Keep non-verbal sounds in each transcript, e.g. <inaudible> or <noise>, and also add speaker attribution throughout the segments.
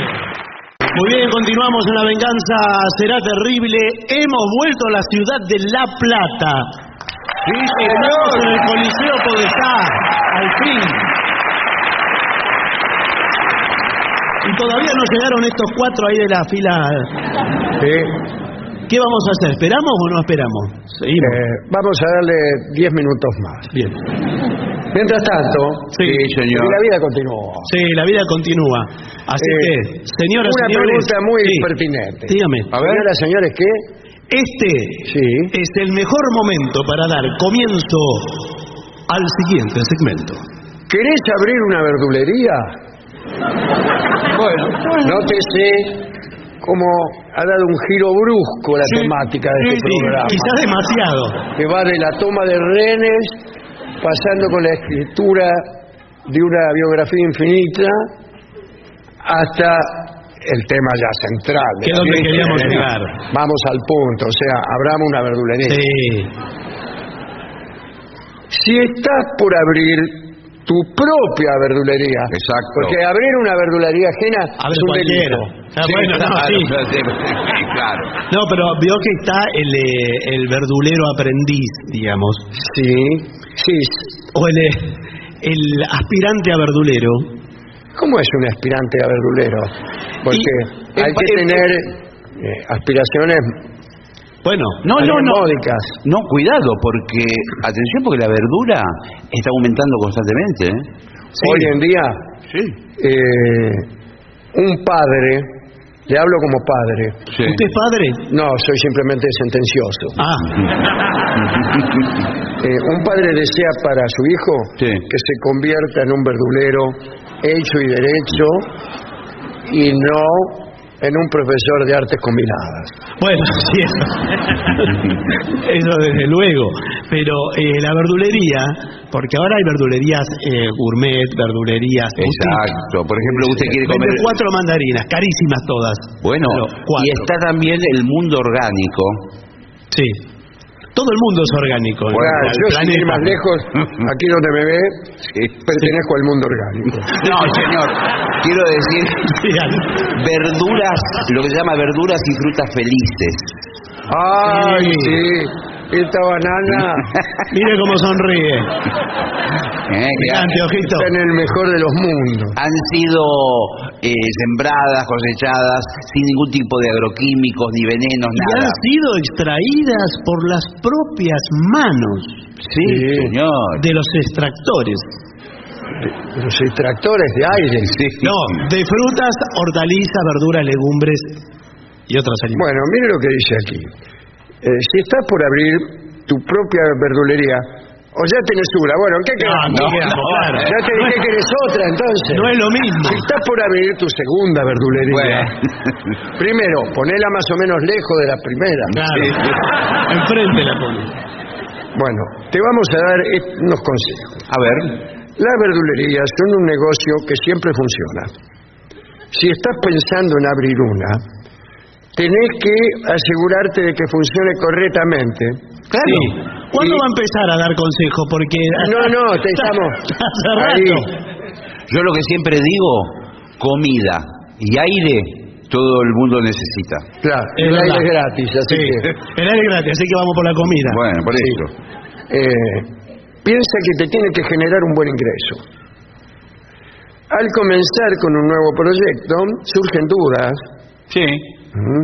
Speaker 1: Muy bien, continuamos en La Venganza Será Terrible. Hemos vuelto a la ciudad de La Plata. Sí, Estamos en el Coliseo Podestá, al fin. Y todavía no llegaron estos cuatro ahí de la fila. ¿Qué vamos a hacer? ¿Esperamos o no esperamos? Seguimos.
Speaker 2: Eh, vamos a darle 10 minutos más.
Speaker 1: Bien.
Speaker 2: Mientras tanto,
Speaker 1: Sí, señor.
Speaker 2: la vida continúa.
Speaker 1: Sí, la vida continúa. Así
Speaker 2: Eh,
Speaker 1: que, señoras
Speaker 2: una
Speaker 1: y señores.
Speaker 2: pregunta muy
Speaker 1: sí,
Speaker 2: pertinente.
Speaker 1: Dígame.
Speaker 2: A ver, las señores, ¿qué?
Speaker 1: Este
Speaker 2: Sí.
Speaker 1: es el mejor momento para dar comienzo al siguiente segmento.
Speaker 2: ¿Querés abrir una verdulería?
Speaker 3: Bueno,
Speaker 2: Nótese cómo ha dado un giro brusco la temática de este programa.
Speaker 1: Quizás demasiado.
Speaker 2: que va de la toma de rehenes, pasando con la escritura de una biografía infinita, hasta el tema ya central.
Speaker 1: Que es donde
Speaker 2: Bien,
Speaker 1: queríamos
Speaker 2: bien.
Speaker 1: llegar.
Speaker 2: Vamos al punto, o sea, abramos una verdulería.
Speaker 1: Sí.
Speaker 2: Si estás por abrir tu propia verdulería,
Speaker 3: Exacto.
Speaker 2: porque abrir una verdulería ajena
Speaker 1: A ver,
Speaker 2: es un
Speaker 1: cualquiera.
Speaker 2: delito.
Speaker 1: Ah,
Speaker 3: sí,
Speaker 1: bueno,
Speaker 3: claro,
Speaker 1: no, sí.
Speaker 3: sí, sí, claro.
Speaker 1: No, pero vio que está el, eh, el verdulero aprendiz, digamos,
Speaker 2: Sí, sí.
Speaker 1: o el, eh, el aspirante a verdulero.
Speaker 2: ¿Cómo es un aspirante a verdulero? Porque
Speaker 1: Y-
Speaker 2: hay
Speaker 1: en-
Speaker 2: que
Speaker 1: en-
Speaker 2: tener eh, aspiraciones
Speaker 1: Bueno,
Speaker 3: No, no, no.
Speaker 2: Módicas.
Speaker 3: No, cuidado, porque, atención, porque la verdura está aumentando constantemente. ¿eh?
Speaker 2: Hoy en día,
Speaker 3: Sí.
Speaker 2: eh, un padre, le hablo como padre,
Speaker 3: Sí.
Speaker 1: ¿usted es padre?
Speaker 2: no, soy simplemente sentencioso.
Speaker 1: Ah,
Speaker 2: Eh, un padre desea para su hijo
Speaker 3: Sí.
Speaker 2: que se convierta en un verdulero hecho y derecho y no en un profesor de artes combinadas.
Speaker 1: bueno, <laughs> sí, eso, eso desde luego. Pero eh, la verdulería, porque ahora hay verdulerías eh, gourmet, verdulerías. boutique.
Speaker 3: <laughs> Exacto. Por ejemplo, usted quiere
Speaker 1: Vende
Speaker 3: comer...
Speaker 1: cuatro mandarinas, carísimas todas.
Speaker 3: Bueno,
Speaker 1: Pero cuatro.
Speaker 3: y está también el mundo orgánico.
Speaker 1: Sí. Todo el mundo es orgánico. ¿no?
Speaker 2: Ahora,
Speaker 1: Al
Speaker 2: yo sin ir
Speaker 1: planeta.
Speaker 2: más
Speaker 3: <laughs>
Speaker 2: lejos, aquí donde me ve, pertenezco al mundo orgánico.
Speaker 1: <laughs>
Speaker 3: No, señor, quiero decir
Speaker 1: Sí, al-
Speaker 3: verduras, lo que se llama verduras y frutas felices.
Speaker 2: ¡Ay,
Speaker 1: Sí.
Speaker 2: sí! Esta
Speaker 3: <laughs>
Speaker 2: banana
Speaker 1: Mire cómo sonríe.
Speaker 3: ¿eh?
Speaker 1: Mirá, anteojito.
Speaker 2: está en el mejor de los mundos.
Speaker 3: Han sido eh, sembradas, cosechadas, sin ningún tipo de agroquímicos, ni venenos,
Speaker 1: Y han
Speaker 3: nada.
Speaker 1: sido extraídas por las propias manos
Speaker 3: Sí, señor.
Speaker 1: de los extractores.
Speaker 2: Los extractores de aire.
Speaker 1: No, de frutas, hortalizas, verduras, legumbres y otras alimentos.
Speaker 2: Bueno, mire lo que dice aquí. Eh, si estás por abrir tu propia verdulería, o ya tenés una, bueno, ¿en qué quedamos?
Speaker 1: no, no, claro.
Speaker 2: Ya te dije que eres otra, entonces.
Speaker 1: no es lo mismo.
Speaker 2: Si estás por abrir tu segunda verdulería, primero, ponela más o menos lejos de la primera.
Speaker 1: Claro.
Speaker 2: Sí.
Speaker 1: Enfrente la pone.
Speaker 2: Bueno, te vamos a dar est- unos consejos.
Speaker 3: <laughs> A ver.
Speaker 2: Las verdulerías son un negocio que siempre funciona. Si estás pensando en abrir una, tenés que asegurarte de que funcione correctamente.
Speaker 1: Claro.
Speaker 2: Sí.
Speaker 1: ¿Cuándo
Speaker 2: Y-
Speaker 1: va a empezar a dar consejos? Porque...
Speaker 2: No, no, te
Speaker 1: <laughs>
Speaker 2: estamos
Speaker 1: Hace
Speaker 2: ahí.
Speaker 1: rato.
Speaker 3: Yo lo que siempre digo, comida y aire, todo el mundo necesita.
Speaker 2: Claro,
Speaker 1: Es
Speaker 2: el
Speaker 1: verdad.
Speaker 2: aire es gratis,
Speaker 1: Sí.
Speaker 2: así que...
Speaker 1: El aire es gratis, así que vamos por la comida.
Speaker 3: Bueno, por
Speaker 2: Sí.
Speaker 3: eso.
Speaker 2: Eh, piensa que te tiene que generar un buen ingreso. Al comenzar con un nuevo proyecto, surgen dudas.
Speaker 3: Sí.
Speaker 2: Ujú.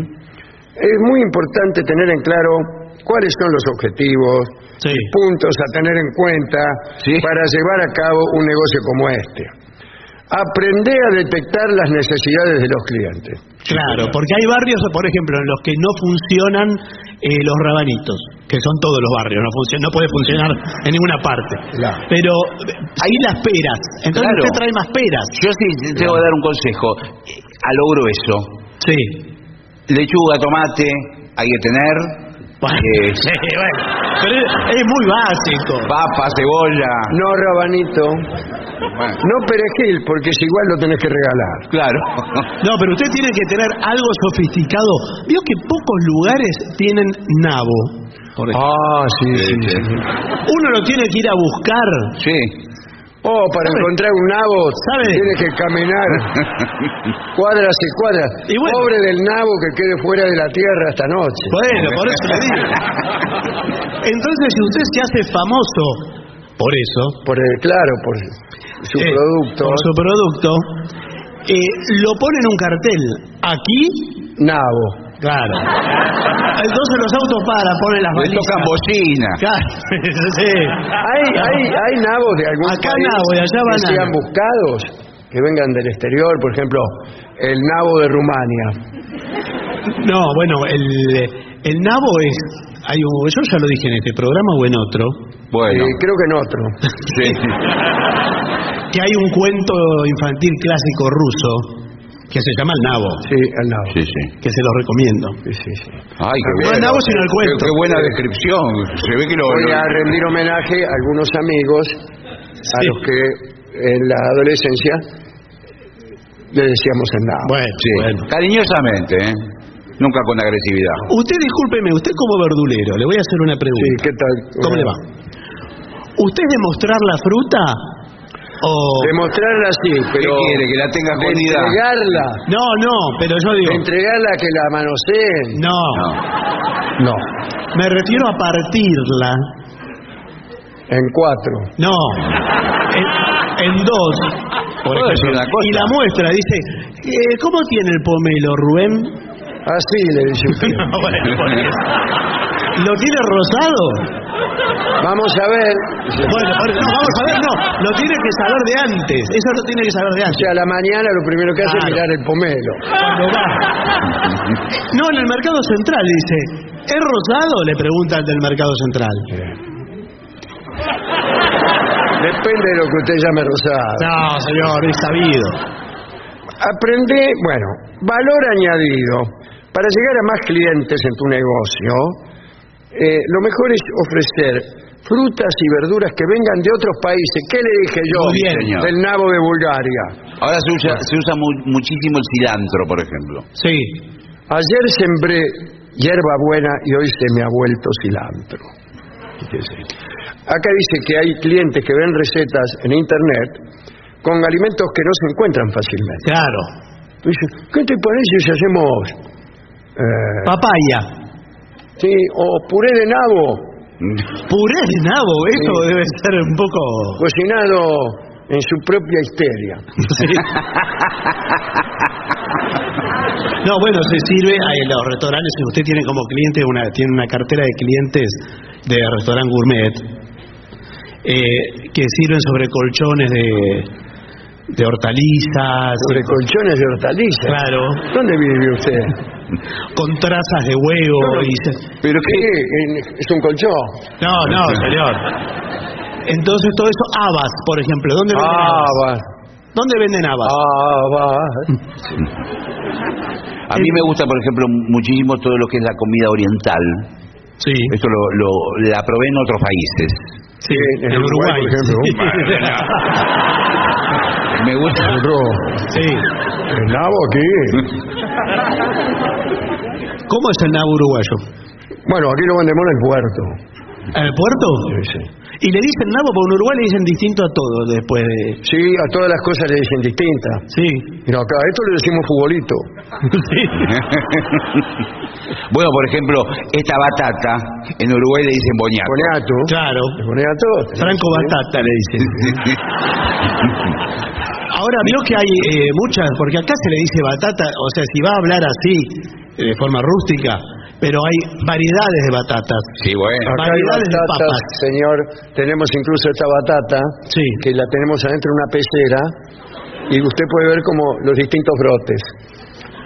Speaker 2: Es muy importante tener en claro cuáles son los objetivos,
Speaker 1: Sí.
Speaker 2: puntos a tener en cuenta
Speaker 3: Sí.
Speaker 2: para llevar a cabo un negocio como este. Aprende a detectar las necesidades de los clientes.
Speaker 1: Claro, porque hay barrios, por ejemplo, en los que no funcionan eh, los rabanitos, que son todos los barrios, no, funcion- no puede funcionar en ninguna parte.
Speaker 2: Claro.
Speaker 1: Pero eh, hay las peras, entonces
Speaker 3: Claro.
Speaker 1: usted trae más peras.
Speaker 3: Yo sí te voy a dar un consejo. eh, A lo grueso.
Speaker 1: Sí.
Speaker 3: Lechuga, tomate, hay que tener.
Speaker 1: Bueno,
Speaker 3: Eh,
Speaker 1: <laughs> sí, bueno. Pero es, es muy básico.
Speaker 3: Papa, cebolla.
Speaker 2: No rabanito,
Speaker 3: Bueno,
Speaker 2: no perejil, porque es igual lo tenés que regalar.
Speaker 3: <laughs> claro.
Speaker 1: No, pero usted tiene que tener algo sofisticado. Vio que pocos lugares tienen nabo.
Speaker 3: Ah, sí, sí, sí.
Speaker 1: Uno lo tiene que ir a buscar
Speaker 3: Sí.
Speaker 2: Oh, para
Speaker 1: ¿Sabe?
Speaker 2: encontrar un nabo
Speaker 1: ¿Sabe?
Speaker 2: tiene que
Speaker 3: <laughs>
Speaker 2: caminar cuadras y cuadras.
Speaker 1: Y bueno.
Speaker 2: Pobre del nabo que quede fuera de la tierra esta noche.
Speaker 1: Bueno, por eso le digo. <laughs> Entonces, si usted se hace famoso por eso,
Speaker 2: Por el, claro, por su
Speaker 1: eh,
Speaker 2: producto.
Speaker 1: por su producto, eh, lo pone en un cartel. Aquí,
Speaker 2: Nabo.
Speaker 1: claro. Entonces los autos paran, ponen las
Speaker 3: Le
Speaker 1: balizas.
Speaker 3: tocan bocina.
Speaker 1: Claro, <laughs> sí.
Speaker 2: Hay, hay, hay nabos de algún
Speaker 1: Acá
Speaker 2: país
Speaker 1: nabo y allá
Speaker 2: que
Speaker 1: banana.
Speaker 2: sean buscados, que vengan del exterior, por ejemplo, el nabo de Rumania.
Speaker 1: No, bueno, el, el nabo es... Hay un, yo ya lo dije en este programa o en otro,
Speaker 3: Bueno,
Speaker 2: Eh, creo que en otro.
Speaker 3: sí.
Speaker 1: que hay un cuento infantil clásico ruso que se llama El Nabo,
Speaker 2: Sí, el nabo.
Speaker 3: sí, sí.
Speaker 1: que se lo recomiendo.
Speaker 2: Sí, sí, sí.
Speaker 3: Ay, qué
Speaker 1: No es
Speaker 3: bueno.
Speaker 1: nabo, sino el
Speaker 3: Qué,
Speaker 1: cuento.
Speaker 3: qué buena descripción. Se ve que lo...
Speaker 2: Voy
Speaker 3: lo-
Speaker 2: a rendir homenaje a algunos amigos a
Speaker 1: Sí.
Speaker 2: los que en la adolescencia le decíamos el nabo.
Speaker 1: Bueno,
Speaker 3: Sí,
Speaker 1: bueno.
Speaker 3: cariñosamente, ¿eh? Nunca con agresividad.
Speaker 1: Usted, discúlpeme, usted como verdulero, le voy a hacer una
Speaker 2: Sí,
Speaker 1: pregunta.
Speaker 2: ¿qué tal?
Speaker 1: ¿Cómo le va? ¿Usted es de mostrar la fruta o...?
Speaker 2: Demostrarla sí, pero...
Speaker 3: ¿Qué quiere? ¿Que la tenga
Speaker 2: de
Speaker 3: escondida?
Speaker 2: entregarla,
Speaker 1: No, no, pero yo
Speaker 2: de
Speaker 1: digo...
Speaker 2: entregarla que la manoseen.
Speaker 1: No,
Speaker 3: No.
Speaker 2: No.
Speaker 1: me refiero a partirla.
Speaker 2: En cuatro.
Speaker 1: No, en, en dos. por
Speaker 3: ¿Puedo decir
Speaker 1: ejemplo.
Speaker 3: una cosa?
Speaker 1: Y la muestra, dice, eh, ¿cómo tiene el pomelo, Rubén?
Speaker 2: Así le dice usted.
Speaker 1: <laughs> No, bueno, por eso. ¿Lo tiene rosado?
Speaker 2: Vamos a ver.
Speaker 1: Bueno, ahora- no, vamos a ver, no. Lo tiene que saber de antes. Eso lo tiene que saber de
Speaker 2: O
Speaker 1: antes.
Speaker 2: sea, a la mañana lo primero que hace es
Speaker 1: Claro.
Speaker 2: mirar el pomelo.
Speaker 1: Cuando va. No, en el mercado central dice. ¿Es rosado? Le pregunta al del mercado central.
Speaker 2: Depende de lo que usted llame rosado.
Speaker 1: No, señor, es sabido.
Speaker 2: Aprende, bueno, valor añadido. Para llegar a más clientes en tu negocio, eh, lo mejor es ofrecer frutas y verduras que vengan de otros países. ¿Qué le dije yo?
Speaker 3: Muy bien, señor.
Speaker 2: Del nabo de Bulgaria.
Speaker 3: Ahora se usa, se usa mu- muchísimo el cilantro, por ejemplo.
Speaker 1: Sí.
Speaker 2: Ayer sembré hierba buena y hoy se me ha vuelto cilantro. Fíjese. Acá dice que hay clientes que ven recetas en internet con alimentos que no se encuentran fácilmente.
Speaker 1: Claro.
Speaker 2: Dice, ¿qué te parece si hacemos eh,
Speaker 1: Papaya.
Speaker 2: sí, o puré de nabo
Speaker 1: Puré de nabo. Eso debe ser un poco...
Speaker 2: cocinado en su propia histeria?
Speaker 1: Sí. No, bueno, se sirve ahí en los restaurantes. que Usted tiene como cliente una tiene una cartera de clientes de restaurante gourmet eh, que sirven sobre colchones de, de hortalizas,
Speaker 2: Sobre colchones de hortalizas.
Speaker 1: claro,
Speaker 2: ¿Dónde vive usted?
Speaker 1: con trazas de huevo. y se-
Speaker 2: ¿Pero qué? Es un colchón.
Speaker 1: no, no, señor. Entonces todo eso, habas, por ejemplo, ¿dónde venden
Speaker 2: Ah,
Speaker 1: habas?
Speaker 2: va.
Speaker 1: ¿Dónde venden habas?
Speaker 2: Ah, va.
Speaker 3: A mí me gusta, por ejemplo, muchísimo todo lo que es la comida oriental.
Speaker 1: Sí,
Speaker 2: Eh,
Speaker 3: Eso lo, lo- la probé en otros países.
Speaker 1: sí,
Speaker 2: en
Speaker 1: en Uruguay.
Speaker 2: Uruguay, por ejemplo, un
Speaker 3: Me gusta.
Speaker 2: <laughs>
Speaker 1: sí.
Speaker 2: El nabo aquí.
Speaker 1: ¿Cómo es el nabo uruguayo?
Speaker 2: Bueno, aquí lo vendemos en el puerto.
Speaker 1: ¿En el puerto?
Speaker 2: Sí,
Speaker 1: Y le dicen nabo, porque en Uruguay le dicen distinto a todo después de...
Speaker 2: Sí, a todas las cosas le dicen distintas.
Speaker 1: Sí. <laughs>
Speaker 2: Mira, acá, esto le decimos futbolito.
Speaker 3: Bueno, por ejemplo, esta batata, en Uruguay le dicen boñato.
Speaker 2: Boneato.
Speaker 1: Claro.
Speaker 2: Le Boneato.
Speaker 1: Franco Batata le
Speaker 2: <laughs>
Speaker 1: dicen. Ahora vio que hay eh, muchas, porque acá se le dice batata, o sea, si va a hablar así, eh, de forma rústica, pero hay variedades de batatas.
Speaker 3: <laughs> Sí, bueno.
Speaker 2: Acá hay
Speaker 1: Variedades de
Speaker 2: batatas,
Speaker 1: papas.
Speaker 2: señor. Tenemos incluso esta batata,
Speaker 1: Sí.
Speaker 2: que la tenemos adentro de una pecera, y usted puede ver como los distintos brotes.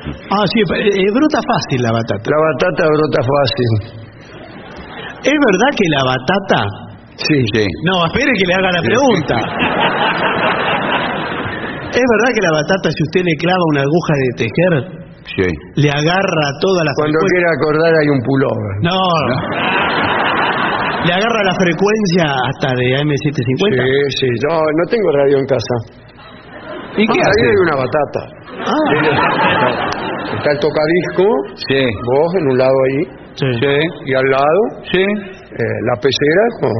Speaker 1: Ah, sí, eh, eh, brota fácil la batata.
Speaker 2: La batata brota fácil.
Speaker 1: ¿Es verdad que la batata...
Speaker 2: Sí.
Speaker 3: Sí.
Speaker 1: No, espere que le haga la pregunta. ¿Es verdad que la batata, si usted le clava una aguja de tejer,
Speaker 3: Sí.
Speaker 1: le agarra toda la
Speaker 2: Cuando
Speaker 1: frecuencia.
Speaker 2: quiera acordar hay un pullover.
Speaker 1: No. Le agarra la frecuencia hasta de AM750.
Speaker 2: Sí, sí. No, no tengo radio en casa.
Speaker 3: ¿Y qué
Speaker 2: Ah,
Speaker 3: hace?
Speaker 2: ahí hay una batata. <laughs>
Speaker 1: Ah.
Speaker 2: Está el tocadisco,
Speaker 3: Sí.
Speaker 2: vos en un lado ahí,
Speaker 1: Sí.
Speaker 3: Sí.
Speaker 2: y al lado
Speaker 3: Sí.
Speaker 2: eh, la pecera con,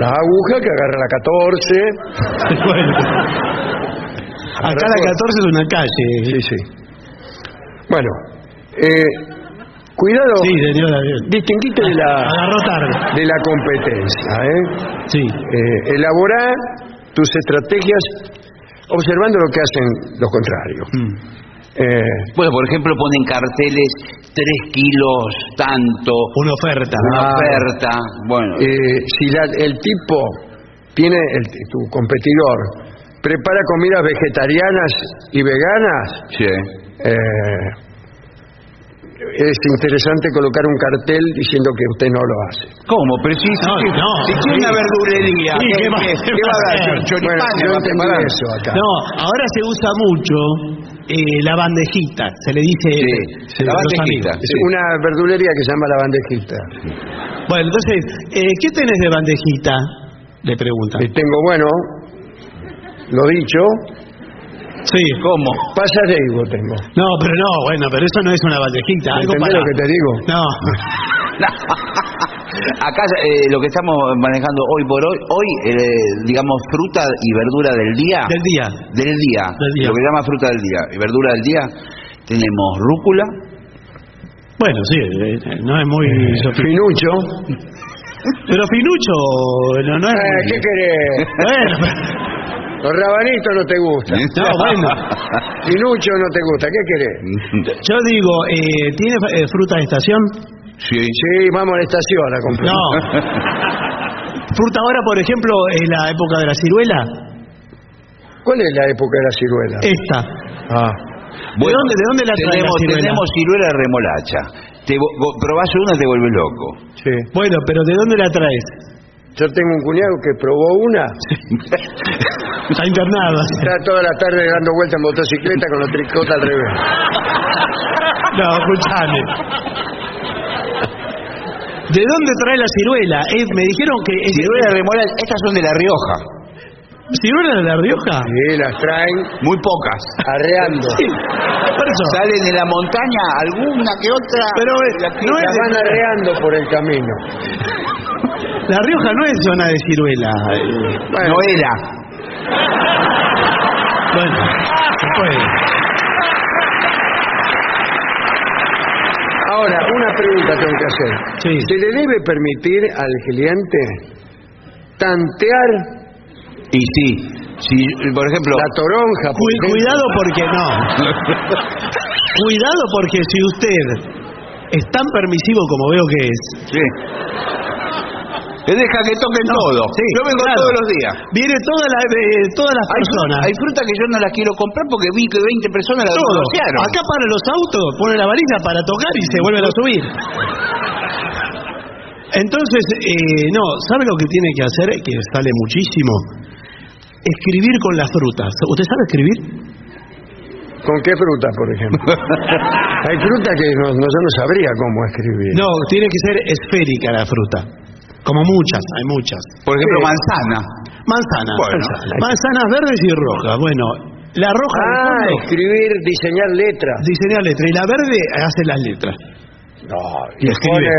Speaker 2: La aguja que agarra la 14.
Speaker 1: Bueno. Acá la 14 es una calle.
Speaker 2: Sí, sí. Bueno, eh, cuidado,
Speaker 1: Sí, señora.
Speaker 2: distinguite de la,
Speaker 1: Agarró tarde.
Speaker 2: de la competencia. ¿eh?
Speaker 1: Sí.
Speaker 2: Eh, elaborar tus estrategias observando lo que hacen los contrarios.
Speaker 1: Mm.
Speaker 2: Eh,
Speaker 3: Bueno, por ejemplo, ponen carteles tres kilos, tanto,
Speaker 1: Una oferta.
Speaker 3: una
Speaker 2: Ah.
Speaker 3: oferta. Bueno,
Speaker 2: eh, si la- el tipo tiene, el- tu competidor, prepara comidas vegetarianas y veganas,
Speaker 3: sí.
Speaker 2: eh, es interesante colocar un cartel diciendo que usted no lo hace.
Speaker 3: ¿Cómo? Pero sí, sí,
Speaker 1: No,
Speaker 3: sí.
Speaker 1: no.
Speaker 3: Si tiene una verdulería,
Speaker 1: Sí,
Speaker 3: ¿qué,
Speaker 1: ¿qué va-
Speaker 3: qué-
Speaker 1: qué
Speaker 3: qué
Speaker 1: va
Speaker 3: va
Speaker 1: a
Speaker 3: a dar?
Speaker 1: hacer?
Speaker 3: Yo- choripanes
Speaker 2: yo
Speaker 3: va a
Speaker 2: entendí
Speaker 3: preparar.
Speaker 2: eso acá.
Speaker 1: No, ahora se usa mucho eh, la bandejita, se le dice
Speaker 3: Sí,
Speaker 1: eh, a los
Speaker 3: la bandejita.
Speaker 1: amigos.
Speaker 2: Es
Speaker 3: Sí.
Speaker 2: una verdulería que se llama La Bandejita.
Speaker 1: Bueno, entonces, eh, ¿qué tenés de bandejita? Le preguntan.
Speaker 2: Y tengo, bueno, lo dicho,
Speaker 1: Sí.
Speaker 3: ¿Cómo?
Speaker 2: pasa de higo tengo.
Speaker 1: No, pero no, bueno, pero eso no es una bandejita. Algo
Speaker 2: ¿Entendés
Speaker 1: para...
Speaker 2: lo que te digo?
Speaker 1: No,
Speaker 3: <laughs> Acá eh, lo que estamos manejando hoy por hoy, hoy eh, digamos fruta y verdura del día,
Speaker 1: del día.
Speaker 3: Del día,
Speaker 1: Del día.
Speaker 3: lo que llama fruta del día y verdura del día, tenemos rúcula,
Speaker 1: Bueno, sí, eh, eh, no es muy... <laughs> sofi-
Speaker 2: Finucho.
Speaker 1: <laughs> Pero Finucho no, no es...
Speaker 2: Eh,
Speaker 1: muy-
Speaker 2: ¿Qué querés?
Speaker 1: Bueno, pero-
Speaker 2: Los rabanitos no te
Speaker 1: <laughs>
Speaker 2: gustan.
Speaker 3: <laughs>
Speaker 1: no, bueno.
Speaker 2: Finucho no te gusta. ¿Qué querés?
Speaker 1: Yo digo, eh, ¿tiene eh, fruta de estación?
Speaker 3: sí,
Speaker 2: Sí, vamos a la estación a comprar. <laughs>
Speaker 1: No. ¿Fruta ahora, por ejemplo, en la época de la ciruela?
Speaker 2: ¿Cuál es la época de la ciruela?
Speaker 1: Esta.
Speaker 2: Ah.
Speaker 1: ¿De dónde, de dónde la traen
Speaker 3: tenemos,
Speaker 1: la ciruela?
Speaker 3: tenemos ciruela remolacha. Te vo- vo- probás una te vuelves loco.
Speaker 2: Sí.
Speaker 1: Bueno, pero ¿de dónde la traes?
Speaker 2: Yo tengo un cuñado que probó una.
Speaker 1: Está internado. <laughs>
Speaker 2: Está toda la tarde dando vueltas en motocicleta con los tricotas al revés.
Speaker 1: No, escuchame. ¿De dónde trae la ciruela? Eh, me dijeron que... es-
Speaker 3: Ciruela remolacha, estas son de La Rioja,
Speaker 1: ¿Ciruela de La Rioja?
Speaker 2: Sí, las traen
Speaker 3: muy pocas.
Speaker 2: arreando.
Speaker 1: Sí. Por eso.
Speaker 3: Salen de la montaña alguna que otra.
Speaker 1: Pero es-
Speaker 3: la
Speaker 1: no es
Speaker 2: Las van arreando por el camino.
Speaker 1: La Rioja no es zona de ciruela. Eh,
Speaker 2: Bueno,
Speaker 3: No era.
Speaker 1: Bueno,
Speaker 3: Ah,
Speaker 1: se puede.
Speaker 2: ahora, una pregunta tengo que hacer.
Speaker 1: Sí.
Speaker 2: ¿Se le debe permitir al cliente tantear
Speaker 3: Y sí, si, por ejemplo,
Speaker 2: la toronja? por
Speaker 1: Cu-
Speaker 2: ejemplo?
Speaker 1: cuidado porque no. Cuidado porque si usted es tan permisivo como veo que es,
Speaker 3: <laughs> sí. Te deja que toquen todo.
Speaker 1: sí,
Speaker 3: Yo vengo
Speaker 1: claro.
Speaker 3: todos los días.
Speaker 1: viene toda la- eh, todas las
Speaker 3: Hay, fru-
Speaker 1: personas.
Speaker 3: hay fruta que yo no la quiero comprar porque vi que 20 personas la
Speaker 1: todo.
Speaker 3: negociaron.
Speaker 1: Acá para los autos, pone la varilla para tocar y se vuelven a subir. Entonces, eh, no, ¿sabe lo que tiene que hacer? Que sale muchísimo. Escribir con las frutas. ¿Usted sabe escribir?
Speaker 2: ¿Con qué fruta, por
Speaker 1: <laughs>
Speaker 2: ejemplo? Hay fruta que no, no- yo no sabría cómo escribir.
Speaker 1: No, tiene que ser esférica la fruta. Como muchas, hay muchas.
Speaker 3: Por ejemplo,
Speaker 2: Sí.
Speaker 3: manzana.
Speaker 1: Manzanas.
Speaker 3: Bueno.
Speaker 1: Manzanas verdes y rojas. Bueno, la roja del
Speaker 2: Ah,
Speaker 1: fondo,
Speaker 2: escribir, diseñar letras.
Speaker 1: diseña letra y la verde hace las letras. <laughs>
Speaker 2: No,
Speaker 1: Y escribe.
Speaker 2: pone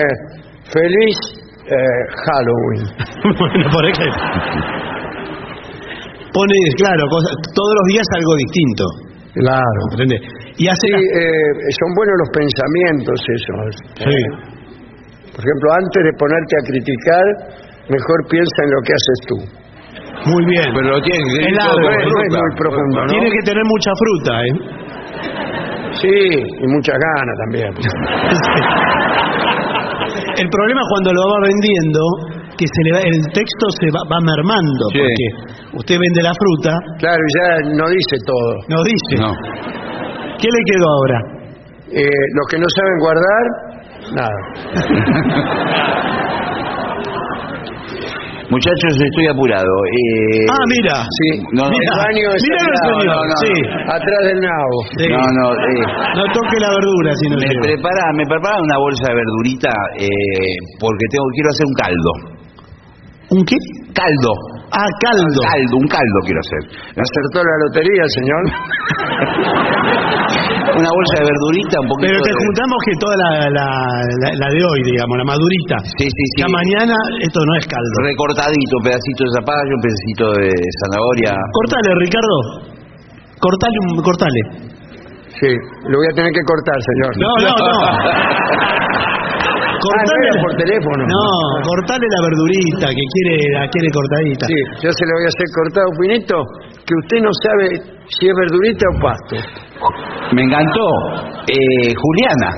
Speaker 2: feliz eh, Halloween.
Speaker 1: bueno, por ejemplo. Pone, claro, cosa- todos los días algo distinto.
Speaker 2: Claro.
Speaker 1: ¿Entendés? Y hace.
Speaker 2: Sí,
Speaker 1: las-
Speaker 2: eh, son buenos los pensamientos esos.
Speaker 1: Sí.
Speaker 2: Por ejemplo, antes de ponerte a criticar, mejor piensa en lo que haces tú.
Speaker 1: Muy bien.
Speaker 3: Pero lo tienen que
Speaker 1: Es
Speaker 3: ir
Speaker 1: largo,
Speaker 3: todo con
Speaker 1: eh,
Speaker 2: no es
Speaker 3: fruta.
Speaker 2: muy profundo, ¿no?
Speaker 1: Tiene que tener mucha fruta, ¿eh?
Speaker 2: Sí, y muchas ganas
Speaker 1: <laughs>
Speaker 2: también.
Speaker 1: El problema es cuando lo va vendiendo, que se le va- el texto se va, va mermando.
Speaker 3: Sí.
Speaker 1: Porque usted vende la fruta,
Speaker 2: Claro, ya no dice todo.
Speaker 1: nos dice.
Speaker 3: No.
Speaker 1: ¿Qué le quedó ahora?
Speaker 2: Eh, los que no saben guardar, nada.
Speaker 3: Muchachos, estoy apurado. Eh,
Speaker 1: Ah, mira.
Speaker 2: Sí,
Speaker 3: No, no,
Speaker 1: Mira.
Speaker 2: el baño es
Speaker 1: Míralo
Speaker 2: al
Speaker 1: al señor,
Speaker 2: lado,
Speaker 1: sí.
Speaker 2: atrás del nabo.
Speaker 1: Sí.
Speaker 3: no, no, eh,
Speaker 1: No toque la verdura si no
Speaker 3: me
Speaker 1: llega.
Speaker 3: prepara, me prepara una bolsa de verdurita eh, porque tengo quiero hacer un caldo.
Speaker 1: ¿Un qué?
Speaker 3: Caldo.
Speaker 1: Ah, caldo.
Speaker 3: Caldo, un caldo quiero hacer.
Speaker 2: Le acertó la lotería,
Speaker 1: <laughs>
Speaker 2: señor.
Speaker 3: Una bolsa de verdurita, un poquito
Speaker 1: Pero te
Speaker 3: de...
Speaker 1: juntamos que toda la, la, la, la de hoy, digamos, la madurita.
Speaker 3: Sí, sí, sí.
Speaker 1: Ya mañana esto no es caldo.
Speaker 3: Recortadito, pedacito de zapallo, un pedacito de zanahoria.
Speaker 1: Cortale, Ricardo. Cortale, un- cortale.
Speaker 2: Sí, lo voy a tener que cortar, señor.
Speaker 1: No, no, no.
Speaker 2: Ah, no era por teléfono.
Speaker 1: No, cortale la verdurita que quiere, la quiere cortadita.
Speaker 2: Sí, yo se lo voy a hacer cortado finito, que usted no sabe si es verdurita o pasto.
Speaker 3: Me encantó. Eh, Juliana.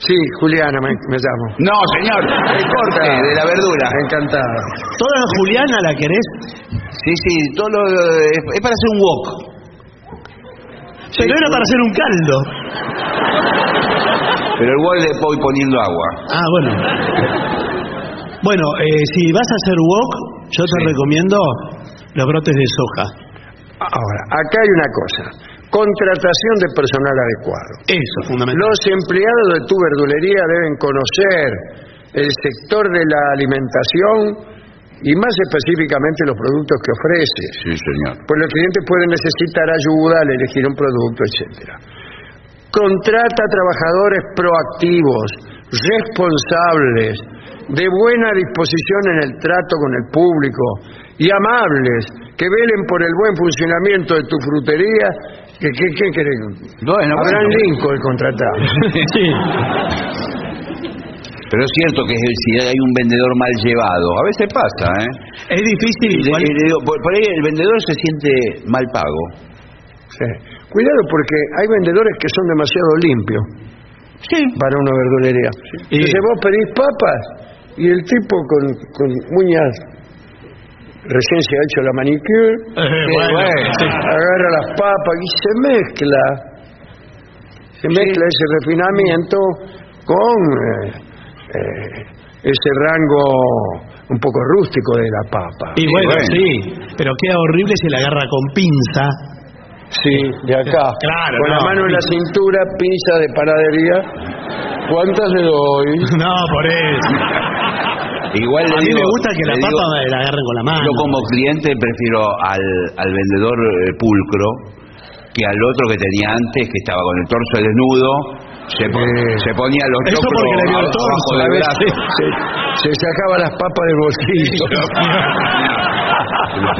Speaker 2: Sí, Juliana me, me llamo.
Speaker 3: No, señor. El corte
Speaker 2: Encantada.
Speaker 3: Eh, de la verdura.
Speaker 2: Encantada.
Speaker 1: ¿Toda Juliana la querés?
Speaker 3: Sí, sí, todo lo, es, es para hacer un wok.
Speaker 1: Pero era para hacer un caldo.
Speaker 3: Pero el wok le voy poniendo agua.
Speaker 1: Ah, bueno. Bueno, eh, si vas a hacer wok, yo te recomiendo los brotes de soja.
Speaker 2: Ahora, acá hay una cosa. Contratación de personal adecuado.
Speaker 1: Eso,
Speaker 3: <laughs>
Speaker 1: fundamental.
Speaker 2: Los empleados de tu verdulería deben conocer el sector de la alimentación y más específicamente los productos que ofreces.
Speaker 3: Sí, señor.
Speaker 2: Pues los clientes pueden necesitar ayuda al elegir un producto, etcétera. Contrata trabajadores proactivos, responsables, de buena disposición en el trato con el público y amables, que velen por el buen funcionamiento de tu frutería. ¿Qué, qué, qué querés?
Speaker 3: Bueno,
Speaker 2: Abraham
Speaker 3: bueno.
Speaker 2: Lincoln contratado.
Speaker 1: Sí.
Speaker 3: Pero es cierto que si hay un vendedor mal llevado, a veces pasa, ¿eh?
Speaker 1: Es difícil.
Speaker 3: Y le-
Speaker 1: igual-
Speaker 3: y le digo, por, por ahí el vendedor se siente mal pago.
Speaker 2: Sí. Cuidado porque hay vendedores que son demasiado limpios para una verdulería.
Speaker 1: Y-
Speaker 2: Entonces vos pedís papas y el tipo con, con uñas recién se ha hecho la manicure,
Speaker 1: Eh, <laughs>
Speaker 3: Sí,
Speaker 1: bueno,
Speaker 3: bueno.
Speaker 1: sí.
Speaker 2: agarra las papas y se mezcla. Se mezcla ese refinamiento con eh, eh, ese rango un poco rústico de la papa.
Speaker 1: Y bueno,
Speaker 3: bueno.
Speaker 1: sí. Pero queda horrible si la agarra con pinza.
Speaker 3: <laughs>
Speaker 2: Sí, de acá.
Speaker 1: Claro,
Speaker 2: Con la
Speaker 1: no.
Speaker 2: mano en la cintura, pinza de panadería. ¿Cuántas le doy?
Speaker 1: No, por eso.
Speaker 3: Igual le
Speaker 1: A mí
Speaker 3: digo-
Speaker 1: me gusta que la
Speaker 3: le
Speaker 1: papa
Speaker 3: digo-
Speaker 1: la agarren con la mano.
Speaker 3: Yo como cliente prefiero al, al vendedor eh, pulcro que al otro que tenía antes, que estaba con el torso desnudo, se, po-
Speaker 2: Eh.
Speaker 3: se ponía los
Speaker 1: Eso
Speaker 3: choclos
Speaker 1: porque le vio el
Speaker 3: ab-
Speaker 1: torso,
Speaker 2: A
Speaker 3: abajo del
Speaker 2: ver,
Speaker 3: brazo.
Speaker 2: se, se sacaba las papas del bolsillo.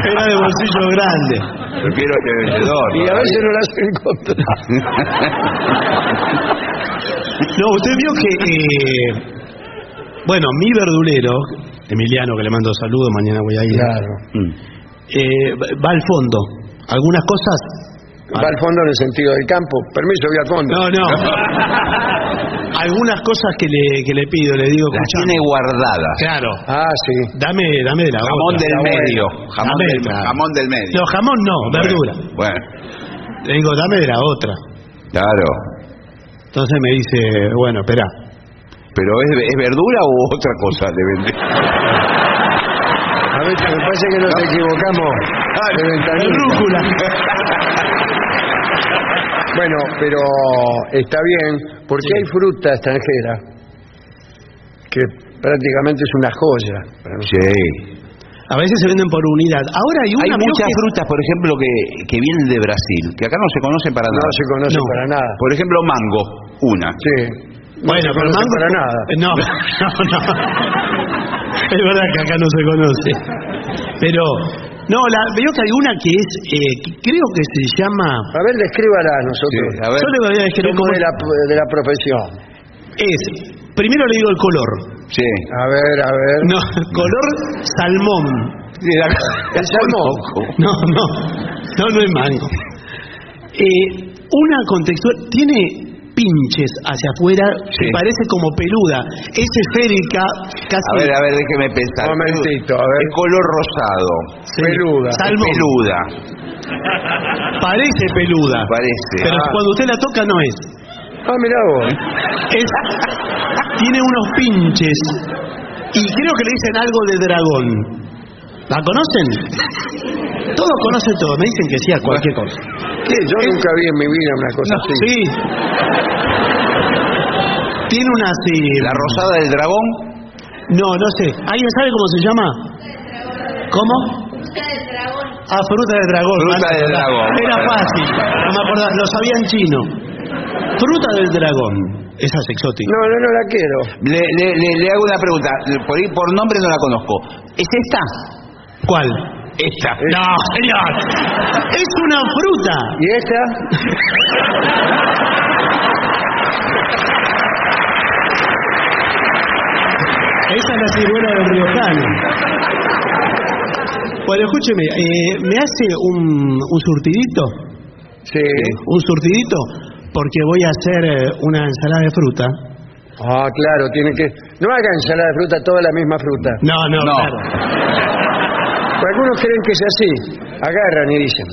Speaker 1: Era de bolsillo grande.
Speaker 3: Prefiero este vendedor.
Speaker 2: Y a veces no las
Speaker 3: Ah,
Speaker 2: encontraba.
Speaker 1: No, usted vio que... eh, bueno, mi verdulero, Emiliano, que le mando saludos, mañana voy a ir,
Speaker 3: Mm.
Speaker 1: eh, va al fondo. Algunas cosas...
Speaker 2: Va al fondo en el sentido del campo. Permiso, voy al fondo.
Speaker 1: No, no. <laughs> Algunas cosas que le, que le pido, le digo...
Speaker 3: Las
Speaker 1: escuchame,
Speaker 3: tiene guardadas.
Speaker 1: Claro.
Speaker 2: Ah, sí.
Speaker 1: Dame, dame de la
Speaker 3: Jamón
Speaker 1: otra.
Speaker 3: del
Speaker 1: Está
Speaker 3: medio.
Speaker 1: bueno.
Speaker 3: Jamón
Speaker 1: Dame,
Speaker 3: del,
Speaker 1: claro.
Speaker 3: jamón del medio.
Speaker 1: No, jamón no, verdura.
Speaker 3: Bueno, Bueno,
Speaker 1: Le digo, dame de la otra.
Speaker 3: claro.
Speaker 1: Entonces me dice, bueno, espera.
Speaker 3: Pero ¿es, es verdura o otra cosa de vender?
Speaker 2: A ver, me parece que nos equivocamos.
Speaker 3: Ah,
Speaker 2: de ventanilla.
Speaker 1: Rúcula.
Speaker 2: Bueno, pero está bien, porque hay fruta extranjera que prácticamente es una joya. para nosotros.
Speaker 3: Sí.
Speaker 1: A veces se venden por unidad. Ahora hay
Speaker 3: Hay
Speaker 1: una
Speaker 3: muchas
Speaker 1: que-
Speaker 3: frutas, por ejemplo, que, que vienen de Brasil, que acá no se conocen para nada.
Speaker 2: No se conoce
Speaker 1: No.
Speaker 2: para nada.
Speaker 3: Por ejemplo, mango, una.
Speaker 2: Sí. No
Speaker 1: Bueno,
Speaker 2: se
Speaker 1: pero
Speaker 2: conoce
Speaker 1: mango-
Speaker 2: para nada.
Speaker 1: No, <laughs> no, no. Es verdad que acá no se conoce. Pero, no, la, veo que hay una que es, eh, que creo que se llama...
Speaker 2: A ver, descríbala a
Speaker 3: Sí,
Speaker 2: nosotros.
Speaker 3: a ver.
Speaker 1: Yo le voy a describir cómo
Speaker 2: Somos de la, de la profesión.
Speaker 1: es. Primero le digo el color.
Speaker 3: Sí.
Speaker 2: A ver, a ver.
Speaker 3: <laughs>
Speaker 1: No, color salmón.
Speaker 2: El salmón.
Speaker 1: No, no, no, no es mango. Eh, una contextura tiene pinches hacia afuera que
Speaker 3: Sí.
Speaker 1: parece como peluda, es esférica, casi
Speaker 3: A ver, a ver, déjeme pensar.
Speaker 2: Un momentito, a ver.
Speaker 3: El color rosado.
Speaker 1: Sí.
Speaker 2: peluda.
Speaker 1: Salmón.
Speaker 3: Peluda.
Speaker 1: parece peluda,
Speaker 3: Parece.
Speaker 1: pero
Speaker 3: Ah.
Speaker 1: cuando usted la toca no es.
Speaker 2: Ah, mirá vos.
Speaker 1: es tiene unos pinches y creo que le dicen algo de dragón. ¿La conocen? Todos conocen todo, me dicen que sí a cualquier cosa.
Speaker 2: ¿Qué? Yo nunca vi en mi vida una
Speaker 3: pues
Speaker 2: cosa
Speaker 1: No,
Speaker 2: así.
Speaker 1: sí. Tiene una así.
Speaker 3: La rosada del dragón.
Speaker 1: No, no sé. ¿Alguien sabe cómo se llama? ¿Cómo? Ah, fruta del dragón.
Speaker 3: Fruta
Speaker 1: Antes,
Speaker 3: del
Speaker 1: ¿verdad?
Speaker 3: dragón.
Speaker 1: Era fácil. No me acordaba, lo sabía en chino. Fruta del dragón. Esa es exótica.
Speaker 2: No, no, no la quiero.
Speaker 3: Le, le- le- le hago una pregunta, por, ahí por nombre no la conozco. ¿Es esta?
Speaker 1: ¿Cuál?
Speaker 3: Esta.
Speaker 1: No, señor. Es una fruta.
Speaker 2: ¿Y esta?
Speaker 1: Esa es la ciruela del riojano. Bueno, escúcheme, eh, ¿me hace un, un surtidito?
Speaker 2: Sí.
Speaker 1: Un surtidito, porque voy a hacer eh, una ensalada de fruta.
Speaker 2: Ah, claro, tiene que... No haga ensalada de fruta, toda la misma fruta.
Speaker 1: No, no,
Speaker 3: No.
Speaker 1: claro.
Speaker 2: Pero Algunos creen que es así. Agarran y dicen,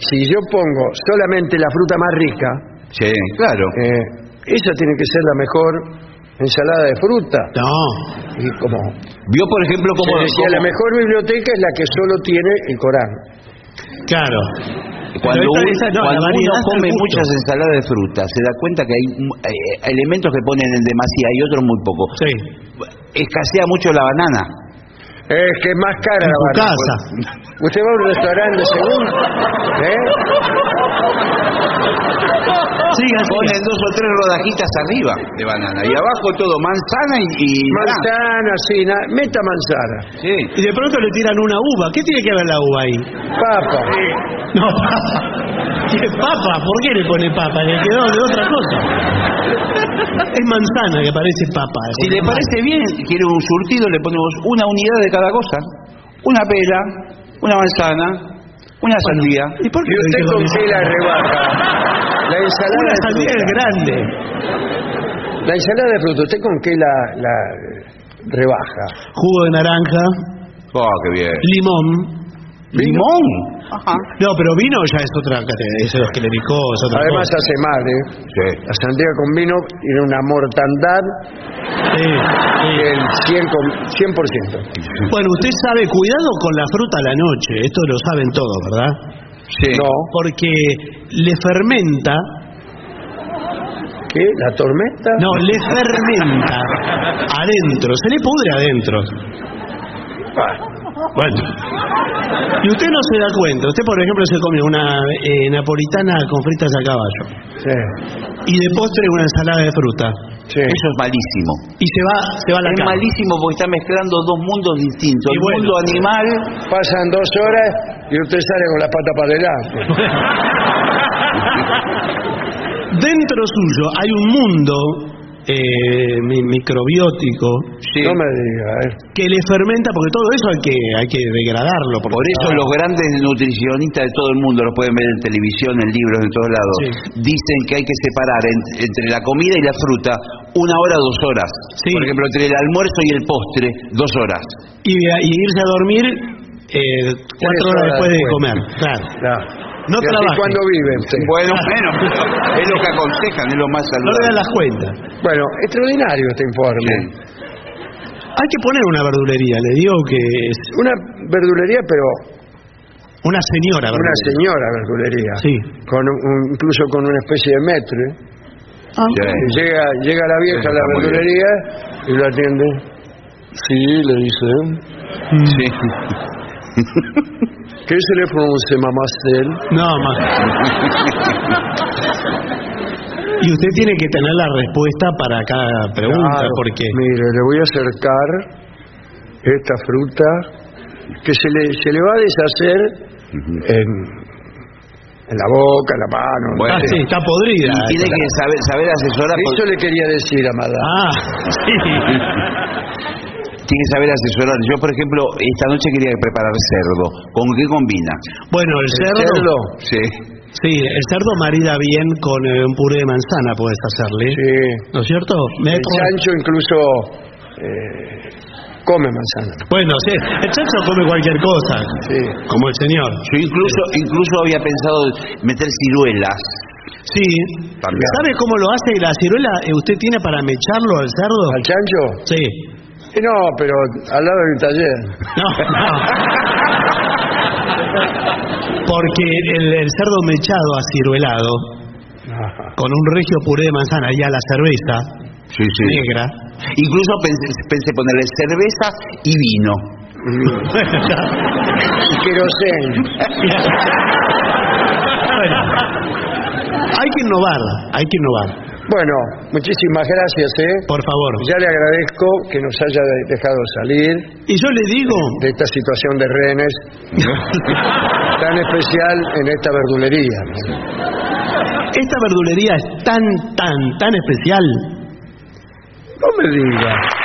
Speaker 2: si yo pongo solamente la fruta más rica,
Speaker 3: Sí, claro.
Speaker 2: eh, esa tiene que ser la mejor ensalada de fruta.
Speaker 1: No,
Speaker 2: Y como
Speaker 3: Vio, por ejemplo, cómo...
Speaker 2: se decía,
Speaker 3: cómo-
Speaker 2: la mejor biblioteca es la que solo tiene el Corán.
Speaker 1: claro.
Speaker 3: Cuando,
Speaker 1: Pero
Speaker 3: un-
Speaker 1: esa- esa- no,
Speaker 3: cuando
Speaker 1: la
Speaker 3: uno
Speaker 1: variedad es el
Speaker 3: come
Speaker 1: gusto.
Speaker 3: muchas ensaladas de fruta, se da cuenta que hay mm, eh, elementos que ponen en demasía y otros muy poco.
Speaker 1: Sí,
Speaker 3: Escasea mucho la banana.
Speaker 2: Es que es más cara
Speaker 1: en
Speaker 2: la
Speaker 1: tu
Speaker 2: banana.
Speaker 1: casa.
Speaker 2: Usted va a un restaurante según... ¿eh?
Speaker 1: Siga, siga.
Speaker 3: Ponen dos o tres rodajitas arriba de banana y abajo todo manzana y... y-
Speaker 2: Manzana, sí, na- meta manzana.
Speaker 3: Sí.
Speaker 1: Y de pronto le tiran una uva. ¿Qué tiene que ver la uva ahí?
Speaker 2: Papa.
Speaker 1: No, papa. ¿Qué papa? ¿Por qué le pone papa? Le quedó de otra cosa. Es manzana que parece papa. eh,
Speaker 3: Si le parece bien, quiere un surtido, le ponemos una unidad de cada cosa. Una pera, una manzana, una sandía.
Speaker 1: ¿Y por qué
Speaker 2: ¿Y usted
Speaker 1: lo
Speaker 2: con
Speaker 1: dice
Speaker 2: qué
Speaker 1: lo
Speaker 2: la
Speaker 1: mismo?
Speaker 2: rebaja? La ensalada
Speaker 1: Una
Speaker 2: de
Speaker 1: sandía
Speaker 2: fruta.
Speaker 1: es grande.
Speaker 2: La ensalada de fruta, ¿usted con qué la, la rebaja?
Speaker 1: Jugo de naranja,
Speaker 3: Oh, qué bien.
Speaker 1: limón.
Speaker 3: Limón. Ajá.
Speaker 1: No, pero vino ya es otra categoría. Eso es lo que le dijo, es otra
Speaker 2: Además
Speaker 1: cosa.
Speaker 2: hace mal, ¿eh?
Speaker 3: Sí.
Speaker 2: La sandía con vino tiene una mortandad
Speaker 1: Sí, sí.
Speaker 2: del 100%. por- 100%.
Speaker 1: Bueno, usted sabe, cuidado con la fruta a la noche. Esto lo saben todos, ¿verdad?
Speaker 3: Sí.
Speaker 2: No,
Speaker 1: Porque le fermenta,
Speaker 2: ¿qué? ¿La tormenta?
Speaker 1: no, le fermenta adentro, se le pudre adentro. Bueno. Y usted no se da cuenta. Usted, por ejemplo, se come una eh, napolitana con fritas a caballo
Speaker 2: Sí,
Speaker 1: y de postre una ensalada de fruta.
Speaker 2: sí.
Speaker 3: Eso es malísimo.
Speaker 1: Y se va, se va a la
Speaker 3: Es
Speaker 1: cama.
Speaker 3: malísimo porque está mezclando dos mundos distintos.
Speaker 1: Y
Speaker 3: el
Speaker 1: bueno.
Speaker 3: mundo animal,
Speaker 2: Pasan dos horas y usted sale con la pata para adelante.
Speaker 1: Dentro suyo hay un mundo eh, mi- microbiótico
Speaker 3: sí.
Speaker 2: No me diga, ¿eh?
Speaker 1: que le fermenta, porque todo eso hay que, hay que degradarlo. porque-
Speaker 3: Por eso los grandes nutricionistas de todo el mundo, los pueden ver en televisión, en libros, en todos lados, dicen que hay que separar en- entre la comida y la fruta una hora, dos horas.
Speaker 1: Sí.
Speaker 3: Por ejemplo, entre el almuerzo y el postre, dos horas.
Speaker 1: Y, y irse a dormir eh, cuatro horas
Speaker 2: horas
Speaker 1: después de
Speaker 2: después.
Speaker 1: comer. Claro.
Speaker 2: No.
Speaker 1: No
Speaker 2: ¿Y así
Speaker 1: trabaje.
Speaker 2: cuándo vive usted?
Speaker 1: <laughs>
Speaker 3: Bueno, bueno, es lo que aconsejan, es lo más
Speaker 1: No le dan
Speaker 3: saludable.
Speaker 1: las cuentas.
Speaker 2: Bueno, extraordinario este informe.
Speaker 3: Sí.
Speaker 1: Hay que poner una verdulería, le digo que es
Speaker 2: Una verdulería, pero
Speaker 1: una señora
Speaker 2: una
Speaker 1: verdulería.
Speaker 2: señora verdulería.
Speaker 1: Sí.
Speaker 2: Con un- un- incluso con una especie de metro. ¿eh?
Speaker 1: Ah,
Speaker 3: Sí.
Speaker 2: Y Llega, llega la vieja a la
Speaker 3: Está muy bien.
Speaker 2: verdulería y lo atiende. Sí, le dice.
Speaker 1: mm.
Speaker 3: Sí.
Speaker 2: ¿Qué se le pronuncia mamacel?
Speaker 1: No, más. Y usted tiene que tener la respuesta para cada pregunta,
Speaker 2: Claro.
Speaker 1: porque
Speaker 2: Mire, le voy a acercar esta fruta que se le, se le va a deshacer en, en la boca, en la mano. no
Speaker 3: Bueno.
Speaker 1: Ah, sí,
Speaker 2: sé.
Speaker 1: está podrida.
Speaker 3: Y tiene que saber, saber asesorar.
Speaker 2: Eso le quería decir a madame.
Speaker 1: Ah, <laughs> sí.
Speaker 3: Tiene que saber asesorar. Yo, por ejemplo, esta noche quería preparar cerdo. ¿Con qué combina?
Speaker 1: Bueno, el cerdo,
Speaker 2: cerdo.
Speaker 3: Sí.
Speaker 1: sí, el cerdo marida bien con eh, un puré de manzana, puedes hacerle.
Speaker 2: Sí.
Speaker 1: ¿No es cierto? Me-
Speaker 2: El chancho incluso eh, come manzana.
Speaker 1: Bueno, sí, el chancho come cualquier cosa,
Speaker 2: Sí.
Speaker 1: como el señor.
Speaker 3: Yo incluso, incluso había pensado meter ciruelas.
Speaker 1: Sí.
Speaker 3: También.
Speaker 1: ¿Sabe cómo lo hace la ciruela? eh, ¿Usted tiene para mecharlo al cerdo?
Speaker 2: ¿Al chancho?
Speaker 1: Sí.
Speaker 2: Eh, No, pero al lado del taller.
Speaker 1: No, no. Porque el, el cerdo mechado a ciruelado, con un regio puré de manzana y a la cerveza
Speaker 3: Sí, sí.
Speaker 1: negra, <laughs>
Speaker 3: Incluso pensé, pensé ponerle cerveza y vino.
Speaker 1: bueno, ya,
Speaker 2: y querosén.
Speaker 1: Bueno, hay que innovar, hay que innovar.
Speaker 2: Bueno, muchísimas gracias, ¿eh?
Speaker 1: Por favor.
Speaker 2: Ya le agradezco que nos haya dejado salir
Speaker 1: Y yo le digo,
Speaker 2: de esta situación de
Speaker 1: <laughs>
Speaker 2: rehenes tan especial en esta verdulería.
Speaker 1: esta verdulería es tan, tan, tan especial
Speaker 2: No me diga.